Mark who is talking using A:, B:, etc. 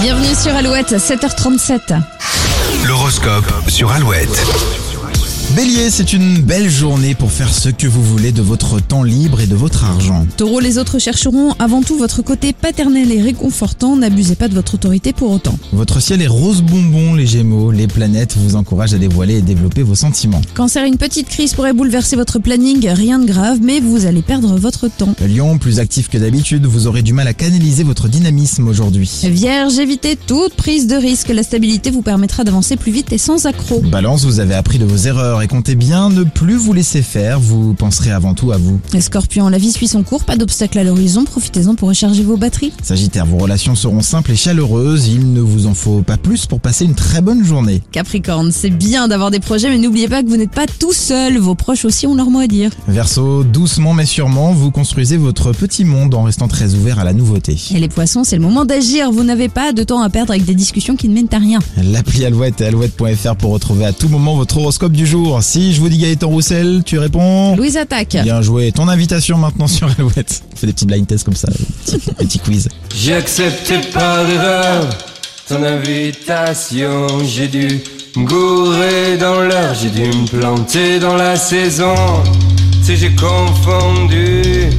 A: Bienvenue sur Alouette, 7h37.
B: L'horoscope sur Alouette.
C: Bélier, c'est une belle journée pour faire ce que vous voulez de votre temps libre et de votre argent.
A: Taureau, les autres chercheront avant tout votre côté paternel et réconfortant. N'abusez pas de votre autorité pour autant.
C: Votre ciel est rose bonbon, les Gémeaux. Les planètes vous encouragent à dévoiler et développer vos sentiments.
A: Cancer, une petite crise pourrait bouleverser votre planning. Rien de grave, mais vous allez perdre votre temps.
C: Lion, plus actif que d'habitude, vous aurez du mal à canaliser votre dynamisme aujourd'hui.
A: Vierge, évitez toute prise de risque. La stabilité vous permettra d'avancer plus vite et sans accroc.
C: Balance, vous avez appris de vos erreurs et comptez bien ne plus vous laisser faire, vous penserez avant tout à vous.
A: Les Scorpions, la vie suit son cours, pas d'obstacle à l'horizon. Profitez-en pour recharger vos batteries.
C: Sagittaire, vos relations seront simples et chaleureuses, il ne vous en faut pas plus pour passer une très bonne journée.
A: Capricorne, c'est bien d'avoir des projets, mais n'oubliez pas que vous n'êtes pas tout seul. Vos proches aussi ont leur mot à dire.
C: Verseau, doucement mais sûrement, vous construisez votre petit monde en restant très ouvert à la nouveauté.
A: Et les poissons, c'est le moment d'agir. Vous n'avez pas de temps à perdre avec des discussions qui ne mènent à rien.
C: L'appli Alouette et alouette.fr pour retrouver à tout moment votre horoscope du jour. Si je vous dis Gaëtan Roussel, tu réponds
A: Louise attaque.
C: Bien joué. Ton invitation maintenant sur Alouette. Fais des petits blind tests comme ça, petit, petit quiz.
D: J'ai accepté par erreur ton invitation. J'ai dû me gourer dans l'heure, j'ai dû me planter dans la saison. Si j'ai confondu.